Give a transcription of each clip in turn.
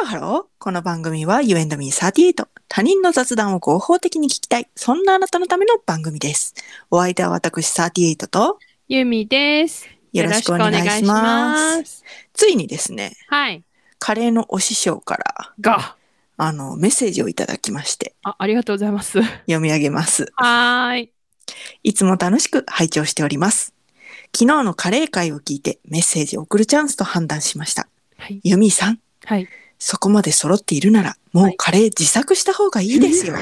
ロハロー。この番組は You and me38。他人の雑談を合法的に聞きたい。そんなあなたのための番組です。お相手は私38とゆみです。よろしくお願いします。す。ついにですね、はい。カレーのお師匠から、が、あの、メッセージをいただきまして、あ、ありがとうございます。読み上げます。はーい。いつも楽しく拝聴しております。昨日のカレー会を聞いてメッセージを送るチャンスと判断しました。はい。ユミさん、はい。そこまで揃っているなら、もうカレー自作した方がいいですよ。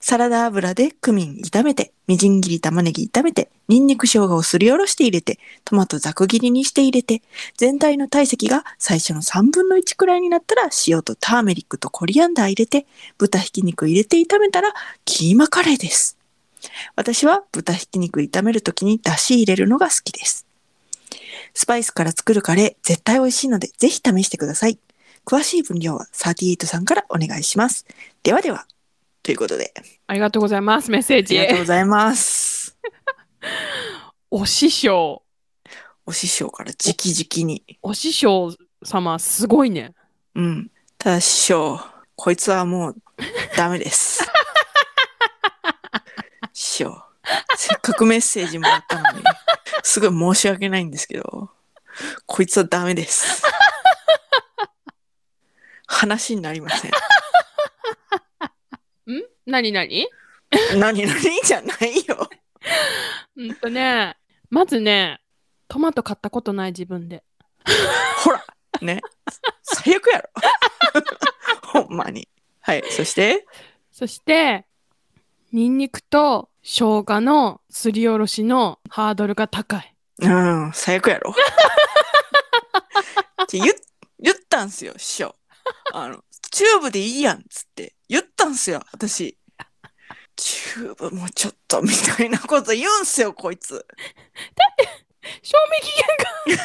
サラダ油でクミン炒めて、みじん切り玉ねぎ炒めて、ニンニク生姜をすりおろして入れて、トマトざく切りにして入れて、全体の体積が最初の3分の1くらいになったら塩とターメリックとコリアンダー入れて、豚ひき肉入れて炒めたらキーマカレーです。私は豚ひき肉炒めるときに出汁入れるのが好きです。スパイスから作るカレー絶対美味しいのでぜひ試してください。詳しい分量は38さんからお願いします。ではでは。ということで。ありがとうございます。メッセーありジが。とうございます。お師匠。お師匠から直々に。お師匠様、すごいね。うん。ただ師匠、こいつはもうダメ です。師匠、せっかくメッセージもらったのに、すごい申し訳ないんですけど、こいつはダメです。話になりません。なになに何々じゃないよ。うんとね、まずね、トマト買ったことない自分で。ほら、ね。最悪やろ。 ほんまに。はい、そして、そして、ニンニクと生姜のすりおろしのハードルが高い。うん、最悪やろ。って言っ言ったんすよ、師匠。あの、チューブでいいやんっつって言ったんすよ、私。チューブもちょっとみたいなこと言うんすよ、こいつ。 賞味期限が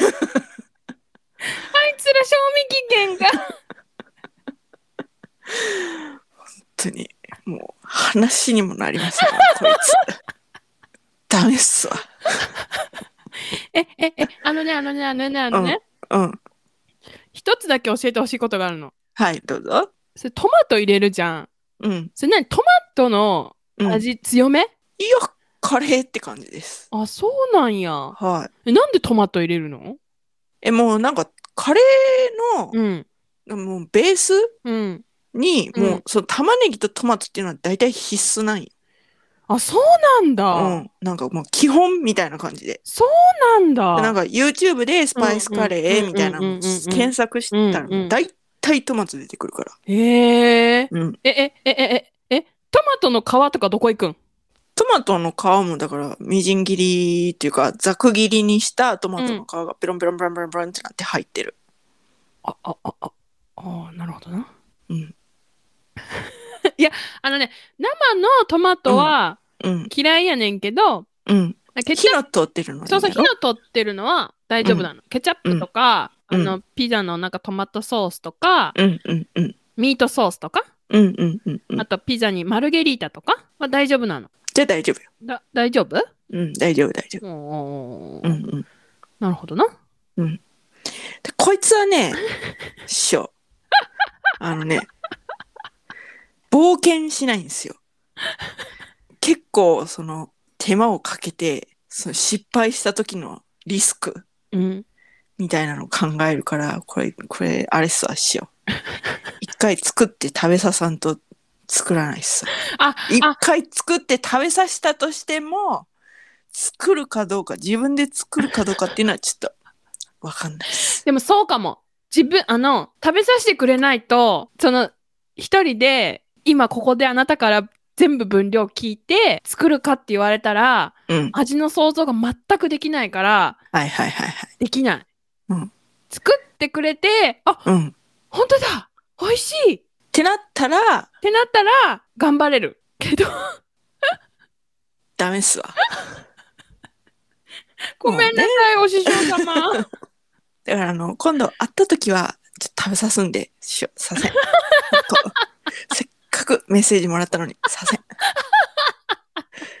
あいつら賞味期限が本当に、もう話にもなりません、こいつ。ダメっすわ。 えええあのねあのねあのねあのね、うん。一つだけ教えてほしいことがあるのはい、どうぞ。それトマト入れるじゃんうん。それ何トマトのうん、いや、味強め、カレーって感じです。あそうなんやはい。えなんでトマト入れるのえ、もうなんか、カレーうんの、もうベースうんに、うんもうその玉ねぎとトマトっていうのは大体必須なんよ。あそうなんだ、うん、なんかもう基本みたいな感じで。そうなんだでなんか YouTube でスパイスカレうんーうんみたいなうんうんのうん検索したうんうらん大体トマト出てくるから。へえうん、ええええええトマトの皮とかどこ行くんトマトの皮もだからみじん切りっていうかざく切りにしたトマトの皮がペロンペロンペロンペロンペロンってなって入ってる。あああああなるほどなうん。 いやあのね生のトマトはうん。嫌いやねんけど、うん。ケチ火ャのッ通ってるのプそうそういい火んやろの通ってるのは大丈夫なの、ケチャップとか、うんあのピザのなんかトマトソースとか、うんうんうん。ミートソースとか、うんうんうんうん。あとピザにマルゲリータとかは大丈夫なのじゃあ大丈夫よ。だ大丈夫うん、大丈夫大丈お夫。うーんうん。なるほどなでこいつはね、師匠。あのね、冒険しないんですよ。結構、その、手間をかけて、その失敗した時のリスクうんみたいなのを考えるから、これ、これ、あれっすわ、師匠。一回作って食べささんと作らないっすわ。あ一あ回作って食べさせたとしても、作るかどうか、自分で作るかどうかっていうのはちょっと、わかんないっす。でもそうかも自分あの食べさせてくれないとその一人で今ここであなたから全部分量聞いて作るかって言われたらうん。味の想像が全くできないからはいはいはいはい。できない、うん作ってくれてあうん。っ本当だ美味しいってなったら、てなったら頑張れるけどダメっすわ。 ごめんなさい、お師 匠様だからあの、今度会った時は、ちょっと食べさすんで、しよさせん。ほんとせっかくメッセージもらったのに、させん。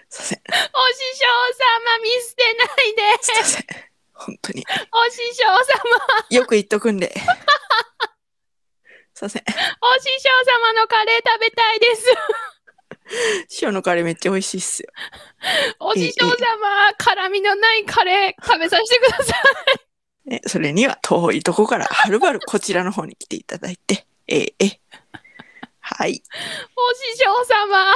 させん。お師匠様見捨てないでさせん。本当に。お師匠様よく言っとくんで。すいません。お師匠様のカレー食べたいです。塩のカレーめっちゃ美味しいっすよ。お師匠様、辛みのないカレー食べさせてください。ね、それには遠いとこからはるばるこちらの方に来ていただいて、ええええはい。お師 匠様。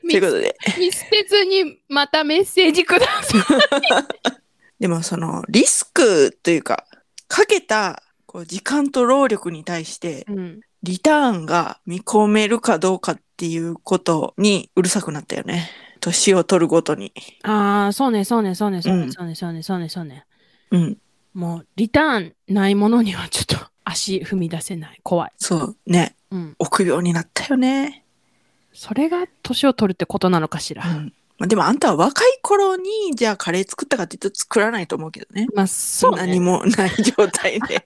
ということで、見捨てずにまたメッセージください。でもそのリスクというか、かけたこう時間と労力に対してうん、リターンが見込めるかどうかっていうことにうるさくなったよね。年を取るごとに。ああ、そうね、そうね、そうね、そううね、んそうね、そうね、そうね、そうね。うん。もう、リターンないものにはちょっと足踏み出せない。怖い。そうね。うん。臆病になったよね。それが年を取るってことなのかしうら。ん。まあ、でもあんたは若い頃にじゃあカレー作ったかって言うと作らないと思うけどね。まあ、そう何ね。もない状態で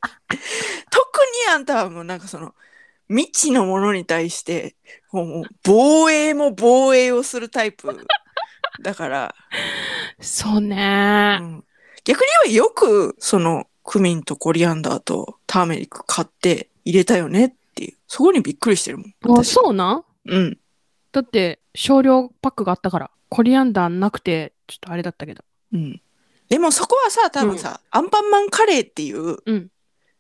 特に あんたはもうなんかその未知のものに対してもうもう防衛も防衛をするタイプだから、そううね。ん、逆に言えばよくそのクミンとコリアンダーとターメリック買って入れたよねっていうそこにびっくりしてるもんあ、私そうなんうんだって、少量パックがあったから、コリアンダーなくて、ちょっとあれだったけど。うんでもそこはさ多分さ、アンパンマンカレーっていううん。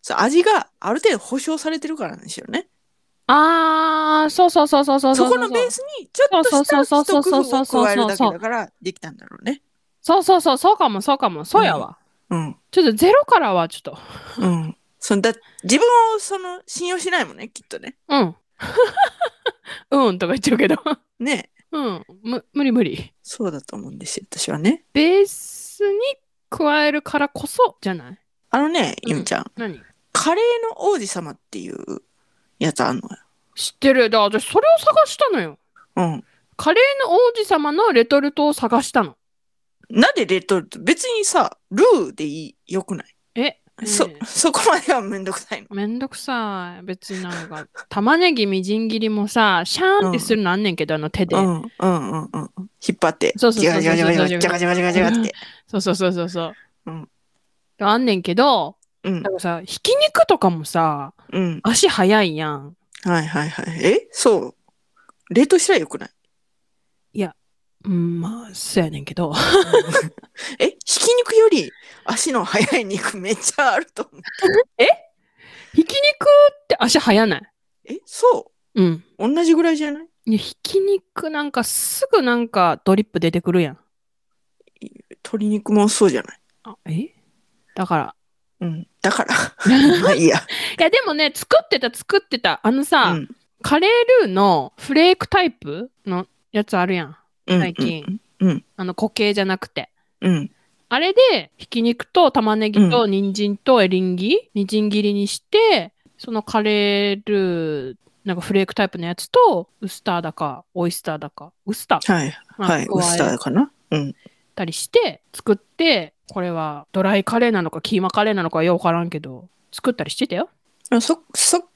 さ味がある程度保証されてるからなんですよねああ、そうそうそうそうそうそうこのベースにちょっとした一工夫を加えるだけだからできたんだろうね。そうそうそう、そうかも、そうかも、そうやわ。うん。ちょっとゼロからはちょっと。うん。そんだ自分をその信用しないもんね、きっとね。うん。 うんとか言っちゃうけど。 ね。うん。む、無理無理。そうだと思うんですよ、私はね。ベースに加えるからこそじゃないあのね、うんゆみちゃん,、何カレーの王子様っていうやつあんのよ。知ってる。だから私それを探したのよ。うん。カレーの王子様のレトルトを探したの。なんでレトルト別にさ、ルーでいいよくない、え、そね、そこまではめんどくさいの。えめんどくさい。別になんか、玉ねぎみじん切りもさ、シャーンってするのあんねんけど、あの手で。うんうんうんうん。引っ張って、そうそうそうそうジャガジャガジャガジャガジャガジャガジャガって。そうそうそうそうそう。うんあんねんけど、うんなんかさ、ひき肉とかもさ、うん。足早いやん。はいはいはい。えそう。冷凍したらよくない うん、まあ、そうやねんけど。 えひき肉より足の速い肉めっちゃあると思う。ひき肉って足早ない。えそうん。う同じぐらいじゃないいや、ひき肉なんかすぐなんかドリップ出てくるやん。鶏肉もそうじゃないあえだから。 うん。だから。 まあいい や。いや、でもね、作ってた作ってた。あのさ、うん。カレールーのフレークタイプのやつあるやん。うん最近。うんあの固形じゃなくて。うん。あれで、ひき肉と玉ねぎと人参とエリンギ、みじん切りにして、そのカレールー、なんかフレークタイプのやつと、ウスターだか、オイスターだか、ウスターはい。はい。ウスタ加えーかなうん。たりして、作って、これはドライカレーなのか、キーマカレーなのか、ようわからんけど、作ったりしてたよ。あそ、そ、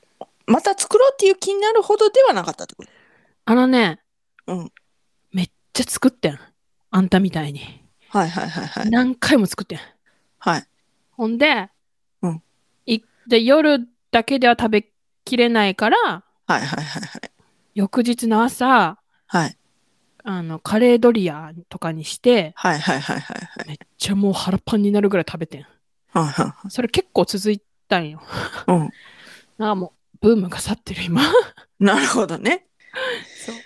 また作ろうっていう気になるほどではなかったってことあのね、うんめっちゃ作ってん。あんたみたいに。はいはいはいはい。何回も作ってん。はい。ほんで、うんいで夜だけでは食べきれないから、はいはいはいはい。翌日の朝、はいあの、カレードリアとかにして、はいはいはいはいはい。めっちゃもう腹パンになるぐらい食べてん。はいはそれ結構続いたんよ。いはいなんかもう、ブームが去ってる今。 うん。なるほど ね。そう。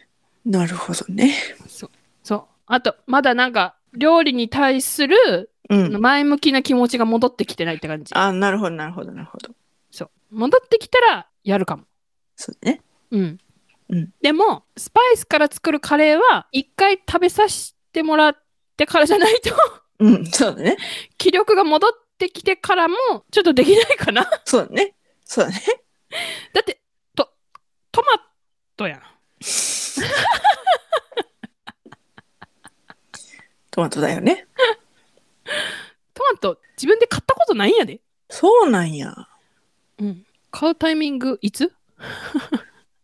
なるほどね。そう。そう。あと、まだなんか、料理に対するうん。前向きな気持ちが戻ってきてないって感じ。あ、なるほどなるほどなるほど。そう。戻ってきたら、やるかも。そうだね。うん。うんでも、スパイスから作るカレーは、一回食べさせてもらってからじゃないと、 うん、 そうだね。気力が戻ってきてからも、ちょっとできないかな。そうだね。そうだね。だって、と、トマトやん。トマトだよね。トマト、自分で買ったことないんやで。そうなんや。うん。買うタイミング、いつ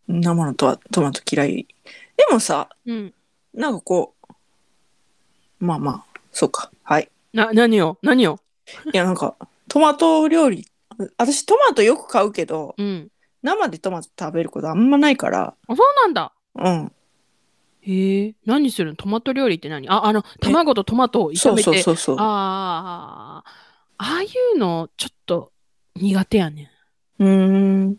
生のトマトマト嫌い。でもさ、うん。なんかこう、まあまあ、そうか。はい。な、何を何をいや、なんか、トマト料理、私トマトよく買うけど、うん。生でトマト食べることあんまないから、あ、そうなんだ。うん。へえ。何するのトマト料理って何あ、あの、卵とトマトを炒そめうて。そうそうそう。ああ。ああいうの、ちょっと苦手やねん。うーん。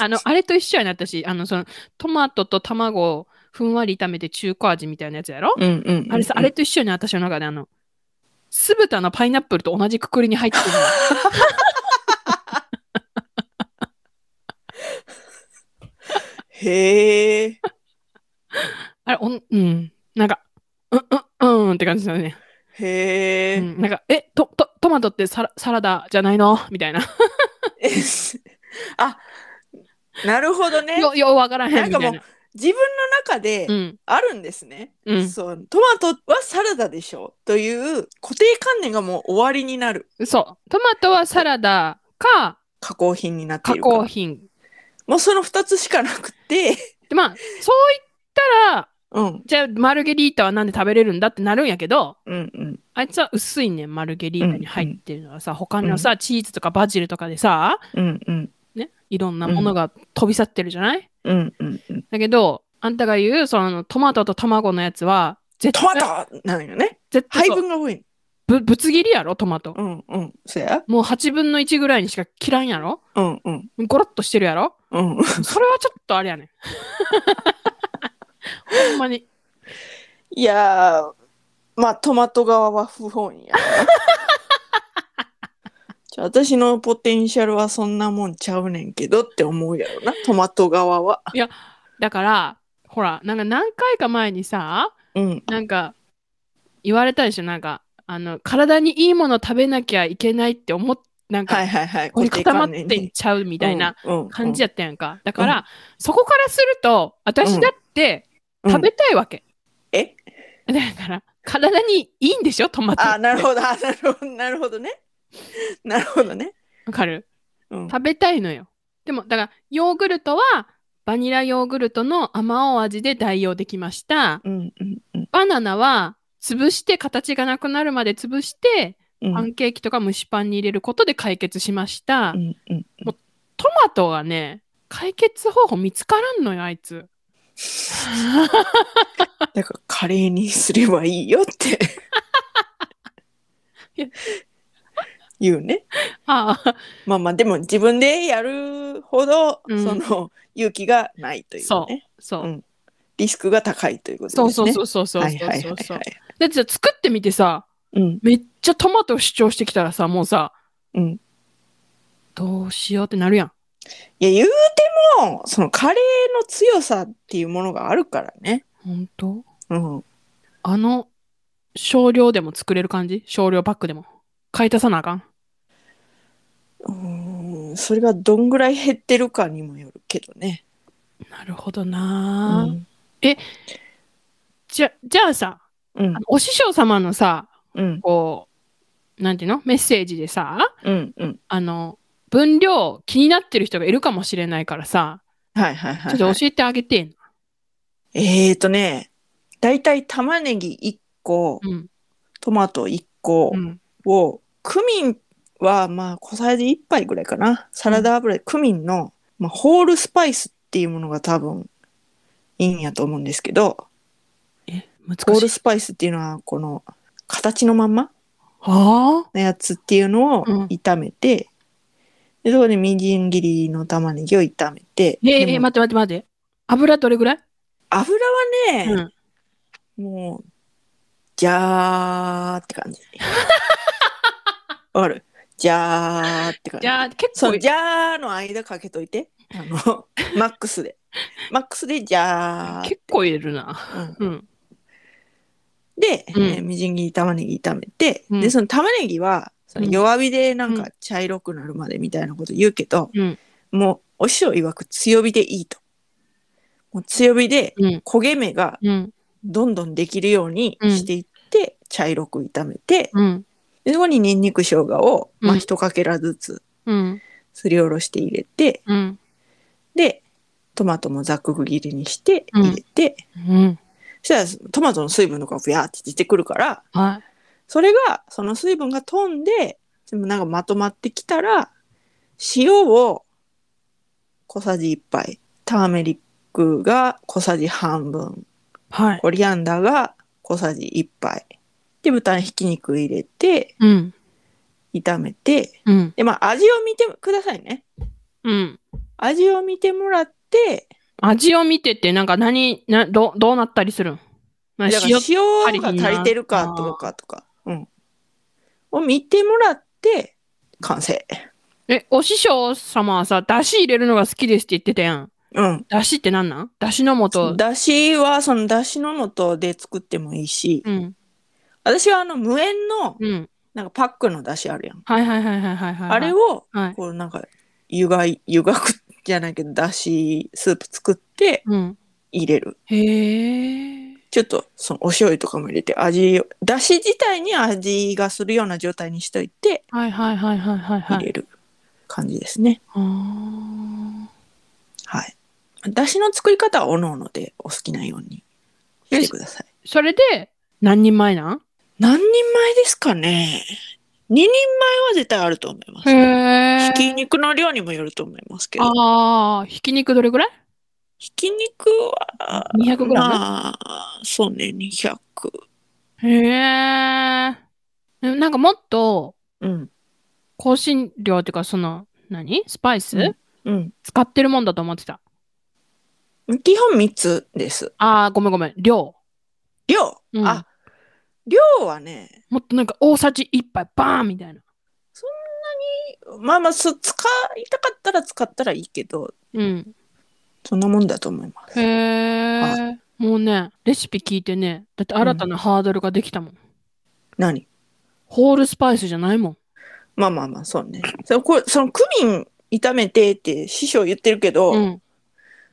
あの、あれと一緒やね、私。あの、その、トマトと卵をふんわり炒めて中華味みたいなやつやろ、うんうんうんうん。あれさ、あれと一緒やね、私の中で。あの、酢豚のパイナップルと同じくくりに入ってる の。へえ。あれ、おん、うん。なんか、うん、うん、うんって感じだね。へうえ。ん、なんか、え、と、と、トマトってサラサラダじゃないのみたいな。え あ、なるほどね。よ、よ、わからへんみたないんかな。自分の中でうん。あるんですね。うん。そうトマトはサラダでしょという固定観念がもう終わりになるそう。トマトはサラダか、加工品になってい加るから工品。もうその2つしかなくてで、まあ、そういったら、うんじゃあ、マルゲリータはなんで食べれるんだってなるんやけど、うんうんあいつは薄いねんマルゲリータに入ってるのはさ、他のさ、チーズとかバジルとかでさ、うんうんね、いろんなものが飛び去ってるじゃない、うんうんうんだけど、あんたが言う、そのトマトと卵のやつは、絶トマトなのよね絶配対そう分が多いぶぶつ切りやろ、トマト。うんうんそやもう8分の1ぐらいにしか切らんやろうんうんゴロッとしてるやろうんそれはちょっとあれや ねん。ほんまに。いやーまあトマト側は不本 意やなちょ私のポテンシャルはそんなもんちゃうねんけどって思うやろなトマト側はだから、ほら、なんか何回か前にさ、うんなんか言われたでしょなんかあの体にいいもの食べなきゃいけないって思っなんはかいはいはいこれ固まっ固定観て念いっにちゃうみたいな感じや、やったやんか、だから、そこからすると私だってうん食べたいわけ、えだから体にいいんでしょトマトあなるほどあなるほどなるほどねなるほどね、わかるうん、食べたいのよでもだからヨーグルトはバニラヨーグルトのあまおう味で代用できましたうんうんうんバナナは潰して形がなくなるまで潰してうんパンケーキとか蒸しパンに入れることで解決しました。うんうんトマトはね、解決方法見つからんのよ、あいつ。だからカレーにすればいいよっていや言うねああ、まあまあでも自分でやるほど、うんその勇気がないというねそう。うんリスクが高いということですそねうそうそううそうそうそうはいはいはいそうはそう。いだってさ作ってみてさ、うんめっちゃトマトを主張してきたらさ、もうさ、うんどうしようってなるやん。いや言うてもそのカレーの強さっていうものがあるからね本当うんあの、少量でも作れる感じ少量パックでも。買い足さなあかん。うーんそれがどんぐらい減ってるかにもよるけどね。なるほどうなあ、んじゃ、じゃあさ、うんあのお師匠様のさ、うんこう、なんていうのメッセージでさ、うんうんあの、分量気になってる人がいるかもしれないからさ、はいはいはい、ちょっと教えてあげてん。えーとねだいたい玉ねぎ1個うん。トマト1個うん。をクミンはまあ小さじ1杯ぐらいかなサラダ油でクミンの、まあ、ホールスパイスっていうものが多分いいんやと思うんですけどえ、ホ難ーしルい。スパイスっていうのはこの形のまんまはあのやつっていうのをうん炒めて、でそこでみじん切りの玉ねぎを炒めて、えでえ、も待って待って待って。油どれぐらい油はうね、ん。もうじゃーって感 じわかるじゃーって感じじゃあ、結そ構う、じゃーの間かけといてあ のマックスでマックスでじゃー、結構入れるな。うんうん。で、うんえーみじん切り玉ねぎ炒めて、うんでその玉ねぎはそのうん弱火でなんうか茶色くなるまでみたいなこと言うけど、うん。もうお師匠曰く強火でいいと。もう強火でうん。焦げ目がうん。どんどんできるようにしていって、茶色く炒めて、うん。でそこにニンニク生姜を、まうあ、ん一かけらずつうん。すりおろして入れて、うん。で、トマトもざく切りにして入れて、うん。そしたらトマトの水分とかふやーって出てくるから、はそれが、その水分が飛んで、でもなんかまとまってきたら、塩を小さじ1杯、ターメリックが小さじ半分、はい。コリアンダーが小さじ1杯。で、豚ひき肉入れて、うん。炒めて、うん。で、まあ味を見てくださいね。うん。味を見てもらって、味を見てて、なんか何、などどうなったりするんまあだから塩、塩が足りてるかどうかとか、うん。を見てもらって、完成。え、お師匠様はさ、だし入れるのが好きですって言ってたやん。うん。だしってなんなんだしの素。だしは、そのだしの素で作ってもいいし、うん。私はあの無塩の、うん。なんかパックのだしあるやん。はいはいはいはいはい、はい。あれを、はい。こうなんか、湯がい、湯がくじゃないけど、だし、スープ作ってうん。入れる。へえ。ちょっと、そのお醤油とかも入れて、味を、だし自体に味がするような状態にしといて、はいはいはいはいはいは入い。れる感じですね。あーはい。だしの作り方はおのおのでお好きなようにしてください。それで、何人前なん何人前ですかね ?2 人前は絶対あると思います。へひき肉の量にもよると思いますけど。ああ、ひき肉どれぐらいひき肉は、 200グラムまあ、そうね、200。へえ。なんかもっと、うん。香辛料っていうか、その、何スパイス、うんうん。使ってるもんだと思ってた。基本3つです。ああ、ごめんごめん。量。量、うんあ、量はね、もっとなんか大さじ1杯バーンみたいな。まあまあ、そ使いたかったら使ったらいいけど、うん。そんなもんだと思います。へえ。もうね、レシピ聞いてね、だって新たなハードルができたもん。何ホールスパイスじゃないもん。まあまあまあ、そうね。そこれそのクミン炒めてって師匠言ってるけど、うん。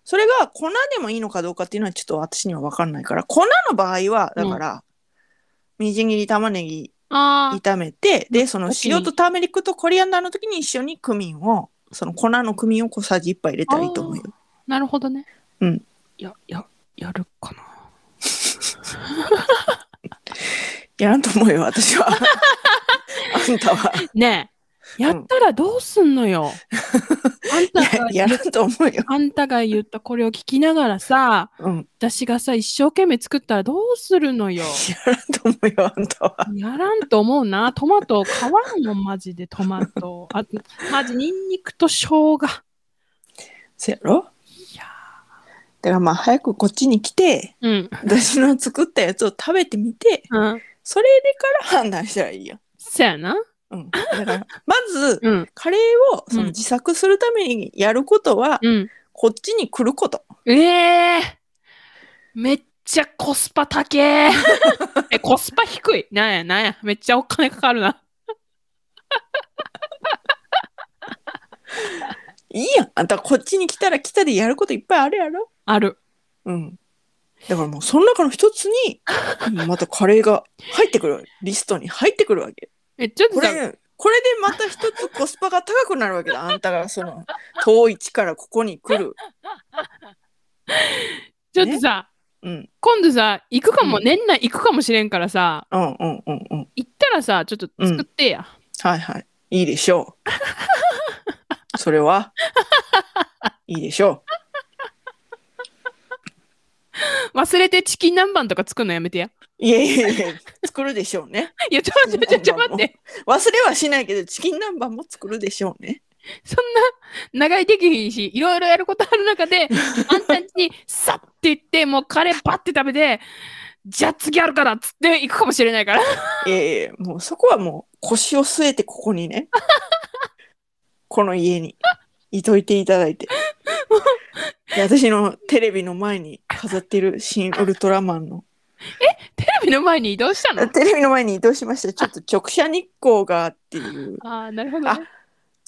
それが粉でもいいのかどうかっていうのはちょっと私には分かんないから、粉の場合は、だから、みじん切り玉ねぎああ、炒めてでその時に塩とターメリックとコリアンダーの時に一緒にクミンをその粉のクミンを小さじ1杯入れたらいいと思うよ。なるほどね。うん。や、や、やるかな。やらんと思うよ私 は。あんたはねえ、やったらどうすんの よ。あんたがややらんと思うよ。あんたが言ったこれを聞きながらさ、うん、私がさ、一生懸命作ったらどうするのよ。やらんと思うよあんたは。やらんと思うな。トマト買わんの、マジでトマト。あマジ、ニンニクと生姜。そやろいやだからまあ早くこっちに来てー私の作ったやつを食べてみてうん。うん。それでから判断したらいいよ。そやな。うん、だからまずうん。カレーをその自作するためにやることは、うん。こっちに来ること。ええー、めっちゃコスパ高え。 え、コスパ低い。なんや、なんや。めっちゃお金かかるな。いいやん。あんたこっちに来たら来たでやることいっぱいあるやろ。ある。うん。だからもうその中の一つに、またカレーが入ってくるわけ。リストに入ってくるわけ。え、ちょっとこされ、これでまた一つコスパが高くなるわけだ。あんたがその、遠い地からここに来る。ちょっとさ、うん。今度さ、行くかも、うん年内行くかもしれんからさ、うんうんうんうん。行ったらさ、ちょっと作ってや。はいはい。いいでしょう。それ は、いいでしょ忘れてチキン南蛮とか作るのやめてや。う。いやいやいや、作るでしょうね。いや、ちょ、ちょ、ちょ、ちょ、待って。忘れはしないけど、チキン南蛮も作るでしょうね。そんな、長いできひんし、いろいろやることある 中で、あんたんちに、さって行って、もうカレーバって食べて、じゃあ次あるからっつって行くかもしれないから。 ええもうそこはもう腰を据えてここにねこの家にいといていただいてで私のテレビの前に飾ってる「新ウルトラマンの」テレビの前に移動したの。テレビの前に移動しましたちょっと直射日光がっていう ああ、なるほど、ね。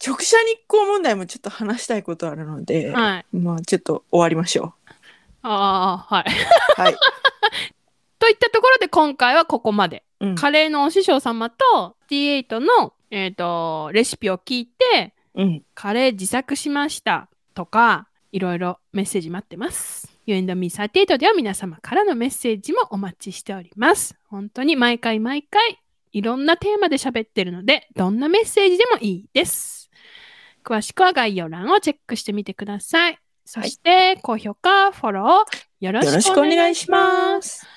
直射日光問題もちょっと話したいことあるので、はい。まあちょっと終わりましょああ、はい。うはい、といったところで、今回はここまで。うん、カレーのお師匠様と、T8 の、えっ、と、レシピを聞いて、うんカレー自作しましたとかいろいろメッセージ待ってます。You and me38 では皆様からのメッセージもお待ちしております。本当に毎回毎回いろんなテーマで喋ってるので、どんなメッセージでもいいです。詳しくは概要欄をチェックしてみてください。そして、高評価、フォロー、よろよろししくくおお願願いいししま。ますす。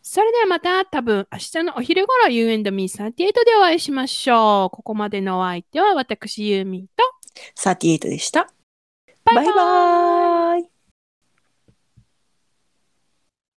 それではまた多分明日のお昼頃 You and me38 でお会いしましょう。ここまでのお相手は私ユーミンと38でした。バイババイバーイ